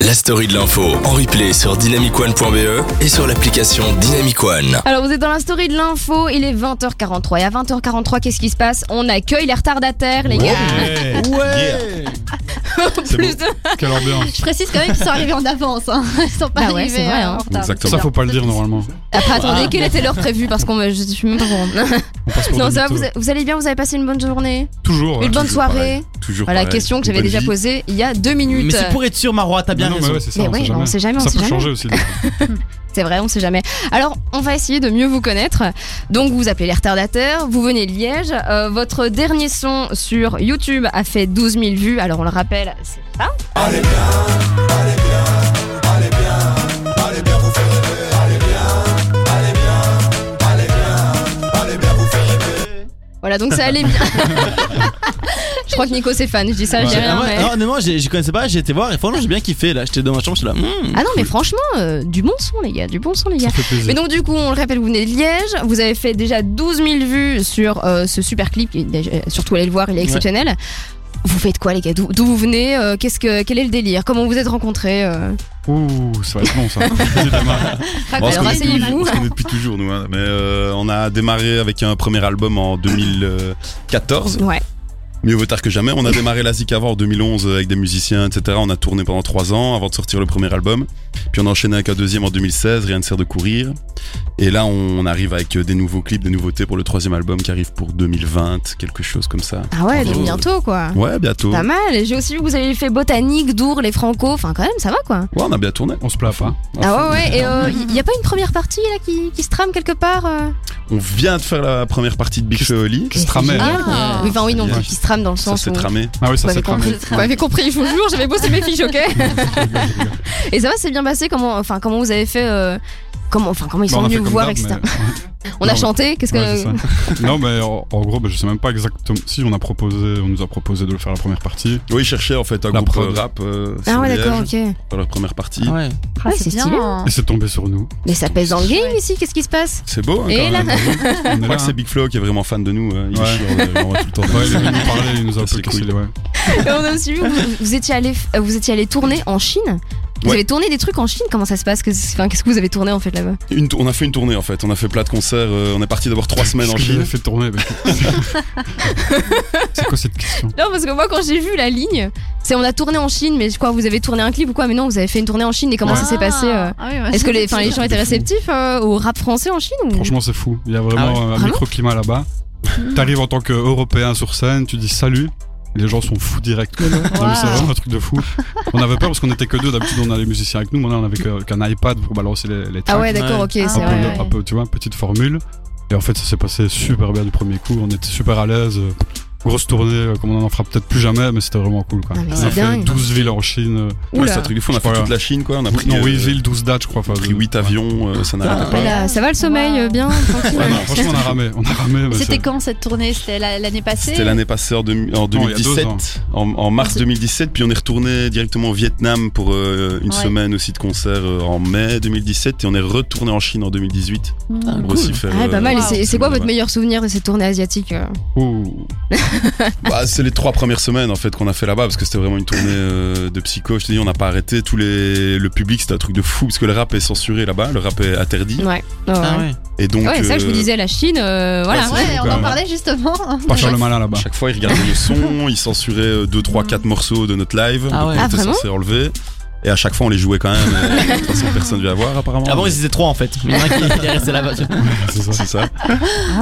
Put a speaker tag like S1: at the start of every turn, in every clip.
S1: la story de l'info en replay sur dynamicone.be E et sur l'application Dynamicone.
S2: Alors vous êtes dans la story de l'info, il est 20h43 et à 20h43 qu'est-ce qui se passe On accueille les retardataires les gars.
S3: Ouais. Yeah. C'est
S2: Plus de-
S3: Quelle ambiance.
S4: Je précise quand même qu'ils sont arrivés en avance. Hein. Ils sont pas
S2: Bah ouais,
S4: arrivés
S2: c'est vrai,
S4: euh,
S2: hein.
S4: en retard.
S3: Exactement. Ça, faut pas le dire normalement.
S2: Après
S3: Ah.
S2: attendez, quelle était l'heure prévue parce qu'on me- je, je suis même pas au courant.
S3: On passe pour
S2: Non
S3: des
S2: ça va,
S3: mythos.
S2: vous, vous allez bien, vous avez passé une bonne journée
S3: Toujours. ouais,
S2: Une bonne
S3: toujours pareil.
S2: soirée
S3: Toujours.
S2: Voilà la
S3: pareil.
S2: question que
S3: Une
S2: j'avais
S3: bonne
S2: déjà
S3: vie. Ah,
S2: posée il y a deux minutes.
S5: Mais c'est pour être sûr, Marois, t'as bien
S3: Non,
S5: raison.
S3: mais ouais, c'est ça.
S2: Mais
S3: on
S2: ouais,
S3: sait
S2: on sait jamais, on
S3: Ça
S2: sait
S3: peut
S2: jamais.
S3: changer aussi.
S2: C'est vrai, on sait jamais. Alors, on va essayer de mieux vous connaître. Donc, vous vous appelez les retardataires, vous venez de Liège. Euh, votre dernier son sur YouTube a fait 12 000 vues. Alors, on le rappelle, c'est ça. Voilà, donc ça allait bien. je crois que Nico c'est fan, je dis ça, je dis
S5: J'ai-
S2: rien.
S5: ah ouais,
S2: mais-
S5: Non, honnêtement, j'ai- je connaissais pas, j'ai été voir et franchement, j'ai bien kiffé là. J'étais dans ma chambre, j'étais là. hmm.
S2: Ah non, mais franchement, euh, du bon son, les gars, du bon son, les gars.
S3: Ça fait plaisir.
S2: Mais donc du coup, on le rappelle, vous venez de Liège, vous avez fait déjà 12 000 vues sur euh, ce super clip, qui est déjà- surtout allez le voir, il est exceptionnel. Vous faites quoi les gars D'où d'où vous venez Euh, Qu'est-ce que quel est le délire Comment vous êtes rencontrés euh
S3: Ouh, ça va être long ça.
S6: Bon, on se
S2: Alors
S6: connaît depuis-
S2: asseyez-vous.
S6: on se connaît depuis toujours, nous. hein. Mais euh, on a démarré avec un premier album en 2014.
S2: Ouais.
S6: Mieux vaut tard que jamais. On a démarré la ZIC avant en 2011 euh, avec des musiciens, etc. On a tourné pendant trois ans avant de sortir le premier album. Puis on a enchaîné avec un deuxième en 2016, Rien ne sert de courir. Et là, on arrive avec euh, des nouveaux clips, des nouveautés pour le troisième album qui arrive pour 2020, quelque chose comme ça.
S2: Ah ouais, donc
S6: Bravo.
S2: bientôt quoi.
S6: Ouais, bientôt.
S2: Pas mal. Et J'ai aussi vu que vous avez fait botanique, Dour, les Franco. Enfin quand même, ça va quoi.
S6: Ouais, on a bien tourné.
S3: On se plaint pas.
S2: Ah ouais ouais. Et euh, y, y a pas une première partie là qui, qui se trame quelque part euh
S6: On vient de faire la première partie de Big Show Oli.
S3: Qui se tramait.
S2: Génial.
S4: Ah.
S2: oui, enfin oui, non,
S3: Ouais.
S2: qui se trame dans le
S6: Ça
S2: sens
S6: s'est
S2: où.
S6: tramé.
S3: Ah oui,
S2: Vous
S3: ça
S2: m'avez
S3: c'est
S2: compris.
S3: cramé.
S2: Vous m'avez compris, je vous jure, j'avais bossé mes fiches, ok Et ça va, c'est bien passé comment, enfin, comment vous avez fait euh, comment, enfin, comment ils
S3: Bah,
S2: sont
S3: on a fait
S2: venus vous
S3: comme
S2: voir,
S3: d'hab,
S2: etc.
S3: mais-
S2: On a
S3: Non,
S2: chanté, qu'est-ce
S3: Ouais,
S2: que.
S3: c'est ça. non mais en, en gros bah, je sais même pas exactement si on a proposé on nous a proposé de le faire la première partie
S6: Oui, ils cherchaient en fait un
S3: La
S6: groupe
S3: prod.
S6: euh, rap euh, sur
S2: ah ouais,
S6: Liège
S2: d'accord, ok.
S6: pour leur première partie.
S5: Ah ouais.
S4: Ah,
S2: Ouais, c'est stylé.
S4: hein.
S3: et c'est tombé sur nous.
S2: Mais ça pèse dans le game ici, qu'est-ce qui se passe
S6: C'est beau. Hein,
S2: Et
S6: quand
S2: là-
S6: même.
S3: On est
S6: Je
S3: là, hein.
S6: crois que c'est Big Flo qui est vraiment fan de nous. hein. Il
S3: Ouais.
S6: est chiant, euh, il m'envoie tout le temps.
S3: hein.
S6: des
S3: Ouais, il est venu
S6: messages.
S3: nous parler, il nous a un
S6: Ça,
S3: peu
S6: c'est
S3: cassé
S6: cool.
S3: les- ouais.
S2: Et On a aussi vu, que vous, vous étiez allé, euh, vous étiez allé tourner en Chine. Vous
S6: Ouais.
S2: avez tourné des trucs en Chine, comment ça se passe Qu'est-ce enfin, qu'est-ce que vous avez tourné en fait là-bas
S6: Une tou- on a fait une tournée en fait. On a fait plein de concerts. euh, on est parti d'abord trois semaines en
S3: Qu'est-ce que vous
S6: Chine.
S3: avez fait tourner avec C'est quoi cette question
S2: Non, parce que moi quand j'ai vu la ligne, c'est on a tourné en Chine, mais je crois vous avez tourné un clip ou quoi Mais non, vous avez fait une tournée en Chine et comment ça s'est passé euh,
S4: Ah oui, ouais.
S2: Est-ce que les, enfin, les gens étaient réceptifs euh, au rap français en Chine ou...
S3: Franchement, c'est fou. Il y a vraiment
S5: Ah ouais.
S3: euh, un
S2: Vraiment
S3: microclimat là-bas. T'arrives en tant qu'Européen sur scène, tu dis salut. Les gens sont fous direct. Non, mais c'est
S4: Wow.
S3: vraiment un truc de fou. On avait peur parce qu'on était que deux. D'habitude, on a les musiciens avec nous. Maintenant, on avait que- qu'un iPad pour balancer les, les tracks.
S2: Ah ouais, d'accord, ok,
S4: Ouais.
S2: c'est
S3: un, peu,
S2: vrai.
S4: ouais,
S3: de-
S4: ouais.
S3: un peu, tu vois, petite formule. Et en fait, ça s'est passé super bien du premier coup. On était super à l'aise. euh, Grosse tournée, euh, comme on en fera peut-être plus jamais, mais c'était vraiment cool. Quoi.
S2: Non, mais
S3: on
S2: c'est
S3: a fait
S2: dingue.
S3: 12 villes en Chine.
S6: Ouais,
S2: Oula.
S6: c'est un truc de fou. On a fait
S3: Voilà.
S6: toute la Chine quoi. On a
S3: euh,
S6: pris,
S3: non, oui, Ah.
S6: euh,
S3: villes, 12 dates, je crois.
S6: on a pris 8 avions. euh, ça n'arrêtait pas.
S2: Ouais, là, ça va le sommeil,
S4: Wow.
S2: euh, bien tranquille.
S3: Ouais, non, franchement, on a ramé. On a ramé mais
S4: C'était
S3: c'est-
S4: quand cette tournée C'était la- l'année passée
S6: C'était l'année passée en, deux- en
S3: Non, il y a deux
S6: 2017, en, en
S2: Ah,
S6: mars 2017, puis on est retourné directement au Vietnam pour euh, une
S4: Ouais.
S6: semaine aussi de concert euh, en mai 2017, et on est retourné en Chine en 2018
S4: Hmm.
S6: pour
S5: Cool.
S6: aussi faire.
S2: Ah ouais, pas
S6: euh,
S2: mal. Et c'est-
S6: une
S2: C'est quoi
S6: semaine
S2: votre
S6: là-bas.
S2: meilleur souvenir de cette tournée asiatique euh
S3: Ouh.
S6: Bah, c'est les trois premières semaines en fait qu'on a fait là-bas parce que c'était vraiment une tournée euh, de psycho. Je te dis, on n'a pas arrêté. Tous les le public, c'était un truc de fou parce que le rap est censuré là-bas, le rap est interdit.
S2: Ouais. Ouais,
S5: Ah
S2: ouais.
S5: ouais.
S6: Et Mmh. donc,
S2: Ouais, c'est ça que je vous
S6: euh,
S2: disais, la Chine, euh, voilà.
S4: Ah ouais, on en parlait justement.
S3: Pas faire le malin là-bas.
S6: à bah, chaque fois, ils regardaient le son, ils censuraient euh, 2, 3, 4 morceaux de notre live.
S5: Ah ouais.
S6: Donc,
S2: Ah,
S6: on était
S2: vraiment
S6: censé enlever. Et à chaque fois, on les jouait quand même. euh, Et, de toute façon, personne ne veut avoir apparemment.
S2: Ah
S5: Avant, ils étaient trois en fait. Il y en a un qui qui est resté là-bas.
S6: c'est ça. C'est ça.
S2: Ah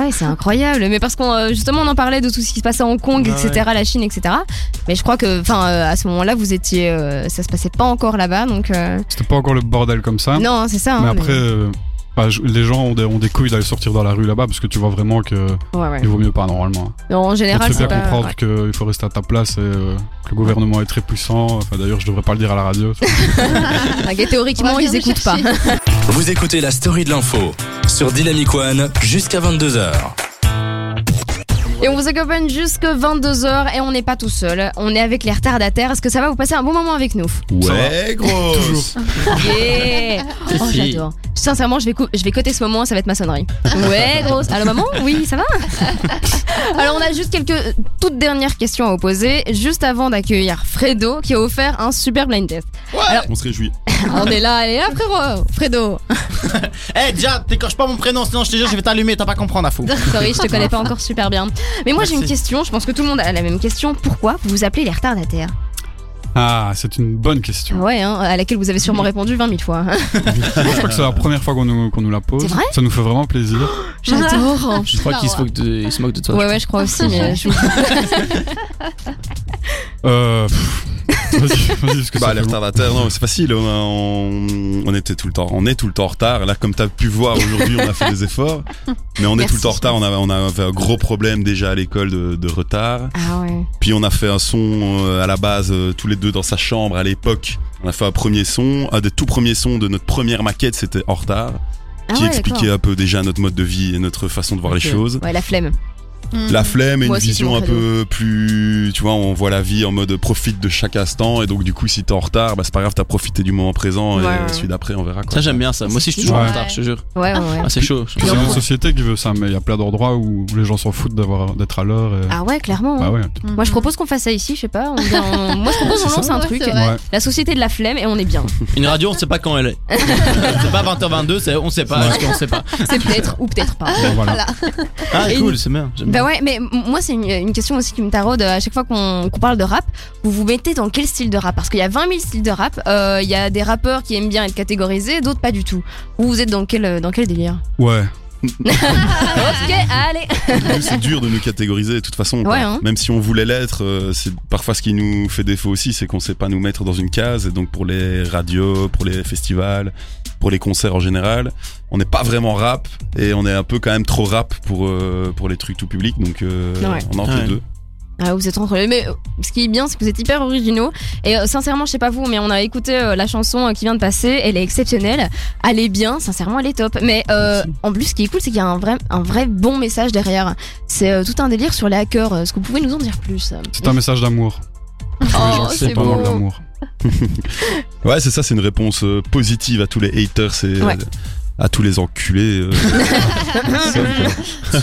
S2: ouais, c'est incroyable. Mais parce qu'on euh, justement on en parlait de tout ce qui se passait à Hong Kong,
S5: Ah ouais.
S2: etc., la Chine, etc. Mais je crois que, enfin, euh, à ce moment-là, vous étiez, euh, ça se passait pas encore là-bas, donc euh,
S3: C'était pas encore le bordel comme ça.
S2: non, hein, c'est ça.
S3: mais
S2: hein,
S3: après, euh, bah, je- les gens ont des, ont des couilles d'aller sortir dans la rue là-bas parce que tu vois vraiment que
S2: Ouais, ouais.
S3: il vaut mieux pas normalement. hein.
S2: Non, En
S3: On te
S2: général,
S3: fait bien
S2: c'est pas.
S3: comprendre
S2: ouais.
S3: qu'il faut rester à ta place et euh, que le gouvernement est très puissant. Enfin, D'ailleurs, je devrais pas le dire à la radio.
S2: Enfin, que théoriquement, ils écoutent pas.
S1: Vous écoutez la story de l'info sur Dynamic One jusqu'à 22h.
S2: Et on vous accompagne jusque 22h et on n'est pas tout seul. On est avec les retardataires. Est-ce que ça va vous passer un bon moment avec nous
S6: Ouais, gros.
S3: Toujours.
S2: Yeah
S5: Si,
S2: Oh,
S5: si.
S2: j'adore. sincèrement, je vais, cou- je vais coter ce moment, ça va être ma sonnerie. Ouais, grosse. Allô, maman Oui, ça va Alors, on a juste quelques toutes dernières questions à vous poser, juste avant d'accueillir Fredo, qui a offert un super blind test.
S6: On se réjouit.
S2: on est là, elle est là, frérot Fredo
S5: Eh, déjà, t'écorches pas mon prénom, sinon je te jure, je vais t'allumer, t'as pas comprendre à fou.
S2: Sorry, je te connais pas encore super bien. Mais moi, j'ai une
S5: Merci.
S2: question, je pense que tout le monde a la même question. Pourquoi vous vous appelez les retardataires
S3: Ah, c'est une bonne question.
S2: Ouais, hein, à laquelle vous avez sûrement répondu 20 000 fois.
S3: Je crois que c'est la première fois qu'on nous, qu'on nous la pose.
S2: C'est vrai
S3: ça nous fait vraiment plaisir.
S2: J'adore
S7: Je crois
S4: Ah
S7: qu'il se,
S4: ouais.
S7: moque de- il se moque de toi.
S2: Ouais, ouais, je crois aussi, mais je-
S3: Euh. pff, Vas-y, vas-y, parce que
S6: Bah,
S3: ça
S6: les
S3: fait long.
S6: retardataires, non, c'est facile. On, a- on, on était tout le temps, on est tout le temps en retard. Là, comme t'as pu voir aujourd'hui, on a fait des efforts, mais on est
S2: Merci.
S6: tout le temps en retard. On avait, on avait un gros problème déjà à l'école de, de retard.
S2: Ah ouais.
S6: Puis on a fait un son euh, à la base euh, tous les deux dans sa chambre à l'époque. On a fait un premier son, un des tout premiers sons de notre première maquette, c'était en retard,
S2: Ah
S6: qui
S2: ouais,
S6: expliquait un peu déjà notre mode de vie et notre façon de voir
S7: Ok.
S6: les choses.
S2: d'accord. Ouais, la flemme.
S6: La flemme
S2: Mm-hmm. Moi
S6: et une
S2: aussi, c'est mon
S6: vision un
S2: credo.
S6: peu plus, tu vois, on voit la vie en mode profite de chaque instant et donc du coup si t'es en retard, bah c'est pas grave, t'as profité du moment présent et euh,
S2: Ouais, ouais.
S6: celui d'après on verra quoi.
S5: Ça, j'aime bien ça. Moi aussi, je suis toujours en
S3: Ouais.
S5: retard, je te jure.
S2: Ouais, ouais, ouais.
S5: Ah, c'est chaud.
S3: Puis c'est notre société qui veut ça, mais il y a plein d'endroits où les gens s'en foutent d'avoir- d'être à l'heure. et-
S2: Ah ouais, clairement.
S3: Bah ouais.
S2: Moi, je propose qu'on fasse ça ici, je sais pas. on vient- on- Moi, je propose qu'on lance un
S4: Ouais,
S2: truc.
S4: c'est vrai.
S3: Ouais.
S2: La société de la flemme et on est bien.
S5: Une radio, on sait pas quand elle est. c'est pas 20h22, c'est on sait pas, on sait pas.
S2: C'est peut-être ou peut-être pas.
S3: Bon, voilà.
S5: Ah,
S2: Et
S5: cool, c'est bien. j'aime
S2: Bah
S5: bien.
S2: ouais, mais m- moi c'est une, une question aussi qui me taraude euh, à chaque fois qu'on qu'on parle de rap. Vous vous mettez dans quel style de rap Parce qu'il y a 20 000 styles de rap. euh, Il y a des rappeurs qui aiment bien être catégorisés, d'autres pas du tout. Vous vous êtes dans quel euh, dans quel délire
S3: Ouais.
S2: Ok, allez.
S6: Nous, c'est dur de nous catégoriser de toute façon. quoi.
S2: Ouais, hein.
S6: Même si on voulait l'être, euh, c'est parfois ce qui nous fait défaut aussi, c'est qu'on sait pas nous mettre dans une case et donc pour les radios, pour les festivals, pour les concerts en général, on n'est pas vraiment rap et on est un peu quand même trop rap pour euh, pour les trucs tout public donc euh,
S2: Ouais.
S6: on est entre
S5: Ouais.
S6: les deux.
S2: Ah, vous êtes entre les. Mais euh, ce qui est bien, c'est que vous êtes hyper originaux. Et euh, sincèrement, je sais pas vous, mais on a écouté euh, la chanson euh, qui vient de passer. Elle est exceptionnelle. Elle est bien, sincèrement, elle est top. Mais euh, en plus, ce qui est cool, c'est qu'il y a un vrai, un vrai bon message derrière. C'est euh, tout un délire sur les hackers. Est-ce que vous pouvez nous en dire plus
S3: C'est un message d'amour.
S2: Oh,
S3: C'est
S2: c'est
S3: pas manque
S2: beau.
S3: d'amour.
S6: Ouais, c'est ça, c'est une réponse euh, positive à tous les haters et
S2: Ouais.
S6: euh, à tous les enculés. euh,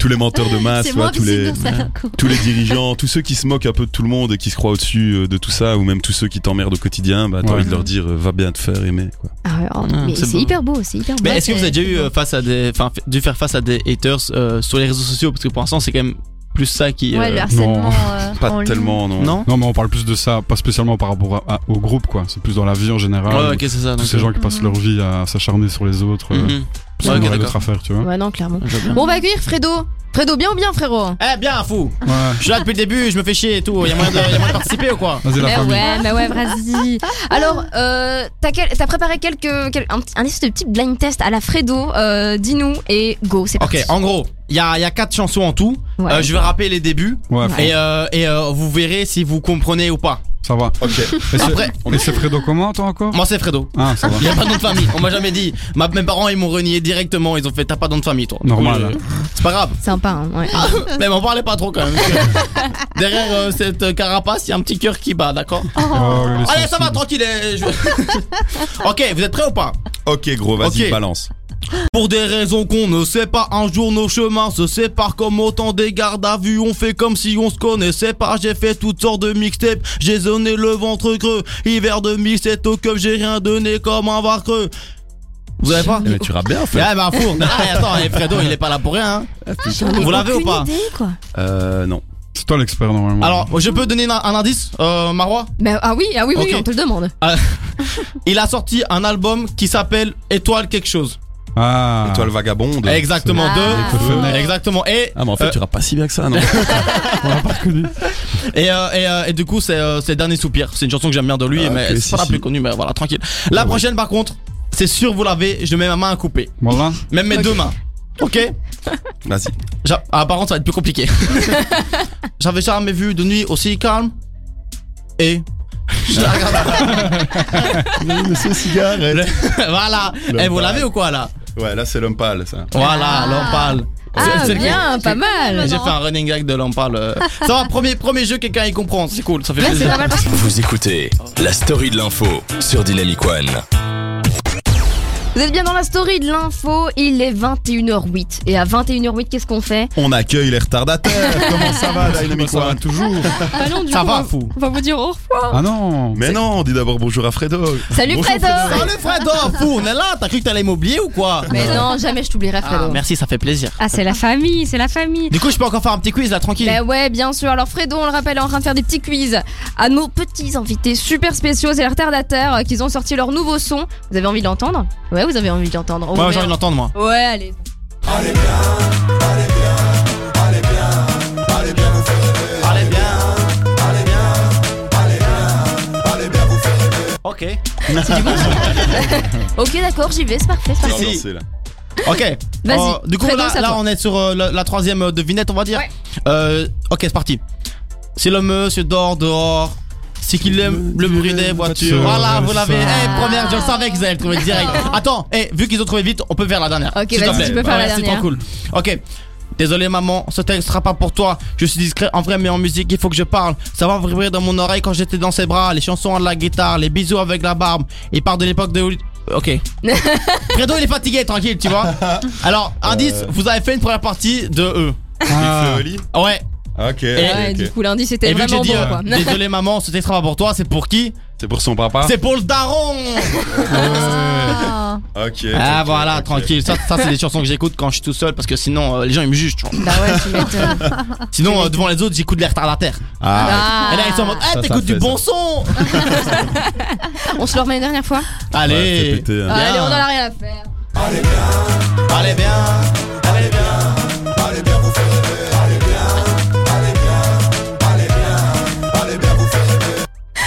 S6: tous les menteurs de masse,
S4: C'est
S6: ouais,
S4: moi
S6: tous,
S4: qui
S6: les,
S4: dans ça.
S6: tous les dirigeants, tous ceux qui se moquent un peu de tout le monde et qui se croient au-dessus euh, de tout ça, ou même tous ceux qui t'emmerdent au quotidien, bah, t'as
S3: Ouais.
S6: envie de leur dire euh, va bien te faire aimer. Quoi.
S2: Ah ouais, oh,
S5: Ah,
S2: mais
S5: c'est
S2: c'est
S5: beau.
S2: hyper beau, c'est hyper beau.
S5: Mais
S4: Ouais,
S5: est-ce que vous
S4: c'est-
S5: avez déjà eu
S4: c'est
S5: euh, face à des, enfin, fait- dû faire face à des haters euh, sur les réseaux sociaux parce que pour l'instant c'est quand même plus ça qui. euh,
S4: Ouais, le harcèlement. euh, en
S6: Pas
S4: ligne.
S6: tellement, non.
S5: Non.
S3: Non, mais on parle plus de ça, pas spécialement par rapport à- à- au groupe, quoi. C'est plus dans la vie en général.
S5: ouais, ok, c'est ça.
S3: Tous
S5: donc,
S3: ces gens qui passent
S4: Mhm.
S3: leur vie à s'acharner sur les autres.
S5: euh,
S3: euh,
S5: mhm. Ouais,
S3: parce
S5: ok,
S3: qu'on aurait d'autres
S5: d'accord.
S3: affaires, tu vois.
S2: Ouais, non, clairement.
S5: Je vois bien.
S2: Bon, on va accueillir Fredo. Fredo, bien ou bien, frérot
S5: Eh bien, fou.
S3: Ouais.
S5: Je suis là depuis le début, je me fais chier et tout. Y'a moyen de, y a moyen de participer ou quoi
S3: Vas-y, la
S2: Bah
S3: famille.
S2: ouais, bah ouais, vas-y. Alors, euh, t'as quel- t'as préparé quelques, quel- un, petit- un espèce de petit blind test à la Fredo. euh, Dis-nous et go, c'est
S5: Ok,
S2: parti.
S5: en gros, il y a, y a quatre chansons en tout.
S2: Ouais.
S5: Euh, je vais rappeler les débuts
S3: Ouais,
S2: Ouais.
S5: et, euh, et euh, vous verrez si vous comprenez ou pas.
S3: ça va.
S6: Ok.
S3: Et c'est-
S5: Après-
S3: Et c'est Fredo comment, toi encore
S5: Moi c'est Fredo.
S3: Ah, ça va.
S5: Il y a pas de nom de famille. On m'a jamais dit. Ma- mes parents ils m'ont renié directement. Ils ont fait t'as pas de nom de famille toi.
S3: Normal,
S5: Donc, euh, C'est pas grave.
S2: Sympa, hein, ouais.
S5: Mais m'en parlez pas trop quand même. parce que Derrière euh, cette euh, carapace, il y a un petit cœur qui bat, d'accord
S3: Oh, les
S5: Allez, ça va,
S3: sensibles.
S5: tranquille. euh, je- ok, vous êtes prêts ou pas
S6: Ok, gros, vas-y,
S5: Ok.
S6: balance.
S5: Pour des raisons qu'on ne sait pas, un jour nos chemins se séparent comme autant des gardes à vue. On fait comme si on se connaissait pas. J'ai fait toutes sortes de mixtapes, j'ai zoné le ventre creux. Hiver 2007 au cup, j'ai rien donné comme un var creux. Vous avez pas
S6: Mais Eh ben, tu rappes bien, en fait.
S5: Ouais, bah four. Ah, attends, eh, Fredo, il est pas là pour rien. hein.
S2: J'en ai
S5: Vous l'avez ou
S2: aucune
S5: pas
S2: idée, quoi.
S6: Euh, non.
S3: C'est toi l'expert, normalement.
S5: Alors, je peux donner un un indice, euh, Marois
S2: Bah, ah oui, ah oui, oui,
S5: Ok.
S2: on te le demande.
S5: Il a sorti un album qui s'appelle Étoile quelque chose.
S3: Ah.
S6: Étoile vagabonde.
S5: Exactement
S2: Ah.
S5: deux.
S3: Avec le fenêtre.
S5: Exactement. Et
S6: Ah, mais en fait,
S5: Euh.
S6: tu rappes pas si bien que ça, non
S3: On l'a pas reconnu.
S5: et, euh, et, euh, et du coup c'est euh, c'est Dernier Soupir. C'est une chanson que j'aime bien de lui,
S6: Ah,
S5: mais
S6: ok,
S5: c'est
S6: si,
S5: pas la
S6: si.
S5: plus connue. Mais voilà, tranquille. La
S6: Ah ouais.
S5: prochaine par contre, c'est sûr vous l'avez. Je mets ma main à couper,
S3: Voilà.
S5: même mes
S2: Ok.
S5: deux mains. Ok.
S6: Vas-y.
S5: J'a- Ah, par contre ça va être plus compliqué. J'avais jamais vu de nuit aussi calme. Et je la regarde.
S6: Monsieur Cigarette.
S5: voilà.
S6: Le
S5: Et vous
S6: bal.
S5: l'avez ou quoi là
S6: Ouais, là, c'est l'homme pâle, ça.
S5: Voilà, l'empale.
S2: Ah,
S5: C'est- c'est-
S2: bien, pas mal.
S5: J'ai fait un running gag de l'empale. euh. Ça va, premier, premier jeu, quelqu'un y comprend, c'est cool, ça fait
S2: Là, c'est
S5: plaisir.
S2: pas mal parce que
S1: Vous écoutez la story de l'info sur Dynamic One.
S2: Vous êtes bien dans la story de l'info, il est 21h08. Et à 21h08, qu'est-ce qu'on fait
S6: On accueille les retardataires. Comment ça va, Dynamic
S3: Ça va
S6: One
S3: toujours.
S7: Bah non, du
S5: Ça
S7: coup,
S5: va,
S7: on-
S5: fou.
S7: On va vous dire au revoir.
S3: Ah non
S6: Mais non, on dit d'abord bonjour à Fredo.
S2: Salut
S6: Bonjour,
S2: Fredo
S5: Salut Fredo, fou, on est là, t'as cru que t'allais m'oublier ou quoi
S2: Mais non, jamais je t'oublierai
S5: Ah,
S2: Fredo.
S5: Merci, ça fait plaisir.
S7: Ah, c'est la famille, c'est la famille.
S5: Du coup, je peux encore faire un petit quiz là, tranquille.
S2: Bah ouais, bien sûr. Alors Fredo, on le rappelle, est en train de faire des petits quiz à nos petits invités super spéciaux, c'est les retardataires euh, qu'ils ont sorti leur nouveau son. Vous avez envie de l'entendre Ouais, vous avez envie de l'entendre. Oh,
S5: Moi, j'ai envie
S2: merde.
S5: de l'entendre, moi.
S2: Ouais, allez.
S5: Allez bien, allez bien, allez bien, allez bien, vous faites Ok.
S2: Ok, d'accord, j'y vais, c'est parfait. c'est
S6: On
S2: parfait.
S6: va
S5: Si.
S6: lancer, là.
S5: Ok.
S2: Vas-y,
S5: Euh, du coup,
S2: Fredo,
S5: là,
S2: c'est à
S5: là,
S2: toi.
S5: on est sur euh, la, la troisième euh, devinette, on va dire.
S2: Ouais.
S5: Euh, ok, c'est parti. Si le monsieur dort dehors, c'est qu'il aime le bruit des voitures.
S3: voitures,
S5: Voilà, vous
S3: ça.
S5: l'avez. Eh, première,
S2: Ah.
S5: je le savais que vous allez le trouver direct. Attends, eh, vu qu'ils ont trouvé vite, on peut faire la dernière.
S2: Ok,
S5: S'il te
S2: vas-y,
S5: plaît.
S2: tu peux faire la
S5: Ouais, C'est
S2: dernière.
S5: trop cool. Ok. Désolé maman, ce texte sera pas pour toi. Je suis discret en vrai mais en musique il faut que je parle. Ça va vibrer dans mon oreille quand j'étais dans ses bras. Les chansons à la guitare, les bisous avec la barbe. Il part de l'époque de... Ok. Fredo il est fatigué, tranquille, tu vois. Alors, indice, vous avez fait une première partie de E.
S3: Ah.
S6: Big Flo et Oli
S5: Ouais.
S6: Ah, Ok,
S2: Ouais,
S6: ok,
S2: du
S6: ok.
S2: coup, lundi c'était
S5: Et vu que j'ai
S2: vraiment bon
S5: dit, euh,
S2: quoi.
S5: désolé maman, ce texte sera pas pour toi, c'est pour qui
S6: C'est pour son papa
S5: C'est pour le daron
S4: Ah.
S6: Ok.
S5: Ah
S6: ok,
S5: voilà,
S6: ok.
S5: tranquille. Ça, ça c'est des chansons que j'écoute quand je suis tout seul parce que sinon euh, les gens ils me jugent. tu vois.
S2: Bah ouais, tu m'étonnes.
S5: Sinon euh, devant les autres j'écoute les retardataires.
S6: Ah,
S5: Et là ils sont en mode,
S6: Ça,
S5: eh
S6: ça
S5: t'écoutes
S6: fait
S5: du bon son.
S2: on se le remet une dernière fois
S6: ouais, c'est
S5: Allez,
S6: pété, hein.
S5: Bien.
S2: Allez, on en a rien à faire.
S5: allez bien, allez bien.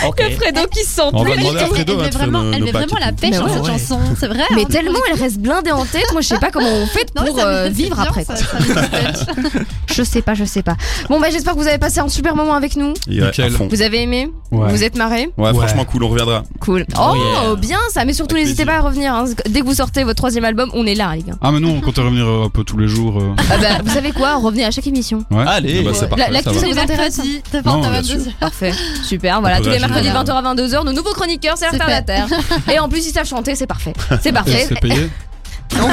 S5: Ok.
S2: Que Fredo qui se sent
S6: On
S2: plus.
S6: va demander à
S4: Elle
S6: Fredo
S4: met
S6: hein, de faire
S4: vraiment,
S6: nos-
S4: elle
S6: nos
S4: met
S6: packs
S4: vraiment
S6: et
S4: la
S6: tout.
S4: pêche
S2: Mais
S4: dans cette
S5: ouais.
S4: chanson, c'est vrai.
S2: Mais
S4: hein.
S2: tellement elle reste blindée en tête, moi je sais pas comment on fait
S4: Non, mais
S2: pour
S4: ça
S2: euh,
S4: me- c'est
S2: vivre
S4: bien,
S2: après.
S4: ça- ça me touche.
S2: Je sais pas, je sais pas. Bon bah j'espère que vous avez passé un super moment avec nous.
S6: Yeah, à
S3: Nickel.
S6: fond.
S2: Vous avez aimé
S3: Ouais.
S2: Vous êtes marré
S6: Ouais,
S3: Ouais.
S6: franchement cool, on reviendra.
S2: Cool.
S5: Oh
S2: Oh,
S5: yeah.
S2: bien ça, mais surtout
S6: Avec
S2: n'hésitez
S6: plaisir.
S2: pas à revenir. hein. Dès que vous sortez votre troisième album, on est là les gars.
S3: Ah mais non, on comptait revenir euh, un peu tous les jours. euh.
S2: Ah bah, vous savez quoi Revenez à chaque émission.
S3: Ouais.
S5: Allez.
S6: Ah bah, c'est
S2: La-
S6: parfait, ça
S2: l'actu,
S6: va.
S2: c'est-
S4: Tous les
S2: vous intéresse,
S4: mercredis, de
S6: Non,
S4: 20 à
S6: bien sûr.
S4: 22.
S2: Parfait, super. Voilà,
S6: On
S2: tous
S6: peut
S2: les
S6: réagir.
S2: mercredis 20h à 22h, nos nouveaux chroniqueurs, c'est
S4: C'est
S2: retardataire. Et en plus, ils savent chanter, c'est parfait. C'est
S3: Et
S2: parfait.
S3: c'est payé.
S5: On en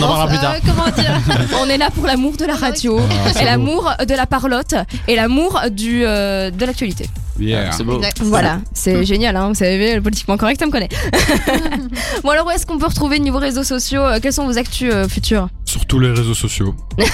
S5: parlera plus
S4: Euh,
S5: tard.
S4: Comment dire
S2: On est là pour l'amour de la radio,
S3: Ah,
S2: et
S3: c'est beau.
S2: l'amour de la parlotte, et l'amour du euh, de l'actualité.
S3: Yeah.
S5: C'est beau.
S2: Voilà,
S3: Mmh.
S2: c'est génial, hein, vous savez, le politiquement correct, ça me connaît. bon, alors où est-ce qu'on peut retrouver niveau réseaux sociaux euh, Quels sont vos actus euh, futurs
S3: Sur tous les réseaux sociaux.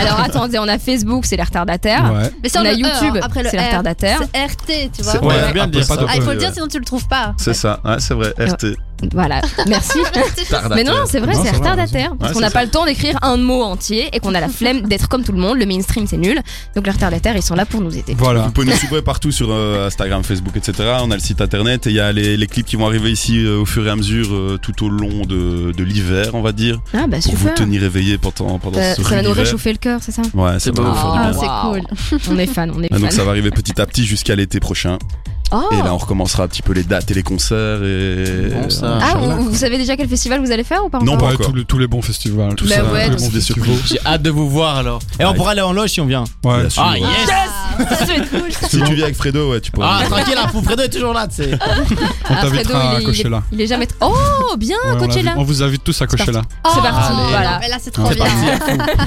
S2: Alors attendez, on a Facebook, c'est les retardataires.
S3: Ouais.
S4: Mais
S2: On
S4: le
S2: a
S4: E,
S2: YouTube,
S4: après le
S2: c'est les
S4: R.
S2: retardataires.
S4: C'est RT, tu
S6: C'est-
S4: vois.
S3: Ouais,
S6: Ouais,
S5: bien de dire
S3: après,
S5: ça.
S3: pas
S4: Ah, il faut
S6: Ouais.
S4: le dire, sinon tu le trouves pas.
S6: C'est ça, ouais, c'est vrai, RT.
S2: Voilà, merci.
S4: Bah,
S6: Tardataire.
S2: Mais non, c'est vrai,
S3: Non,
S2: c'est
S3: ça va,
S2: retardataire. Parce
S6: Ouais,
S2: qu'on
S6: c'est
S2: n'a pas le temps d'écrire un mot entier et qu'on a la flemme d'être comme tout le monde. Le mainstream, c'est nul. Donc les retardataires, ils sont là pour nous aider.
S3: Voilà.
S6: Vous pouvez nous suivre partout sur euh, Instagram, Facebook, etc. On a le site internet et il y a les, les clips qui vont arriver ici euh, au fur et à mesure euh, tout au long de, de l'hiver, on va dire,
S2: Ah bah
S6: pour vous
S2: super.
S6: tenir éveillé pendant, pendant
S2: Ça,
S6: ce
S2: ça va nous
S6: rude hiver.
S2: réchauffer le cœur, c'est ça
S6: Ouais,
S5: C'est
S6: ça va
S5: beau.
S6: nous faire du
S2: Ah,
S6: bien.
S4: c'est
S2: Waouh.
S4: cool.
S2: On est fan, on est
S6: Ah,
S2: fan.
S6: donc ça va arriver petit à petit jusqu'à l'été prochain.
S2: Oh.
S6: Et là, on recommencera un petit peu les dates et les concerts. Et...
S5: Bon, ça.
S2: Ah, vous, vous savez déjà quel festival vous allez faire ou pas
S6: Non,
S2: encore
S6: pas
S3: Ouais,
S6: encore.
S3: tous les, tous les bons festivals.
S6: Tout
S2: Bah
S6: ça,
S2: ouais,
S6: tous les
S2: donc
S6: bons
S3: c'est
S6: festivals.
S3: surpris.
S5: J'ai hâte de vous voir alors. Et on
S6: Ouais.
S5: pourra aller en loge si on vient.
S3: Ouais.
S6: Bien sûr.
S5: Ah yes.
S6: Si tu viens avec Fredo, ouais, tu pourras.
S5: Ah tranquille, la fou Fredo est toujours là, tu sais.
S3: On
S2: Ah, Fredo,
S3: t'invitera à
S2: il est- il est-
S3: Coachella.
S2: Il est jamais. Oh, bien,
S3: Ouais, on,
S2: Coachella.
S3: l'invite- on vous invite tous à Coachella.
S2: C'est parti,
S5: allez.
S2: voilà.
S4: Mais là, c'est trop
S3: C'est
S4: bien.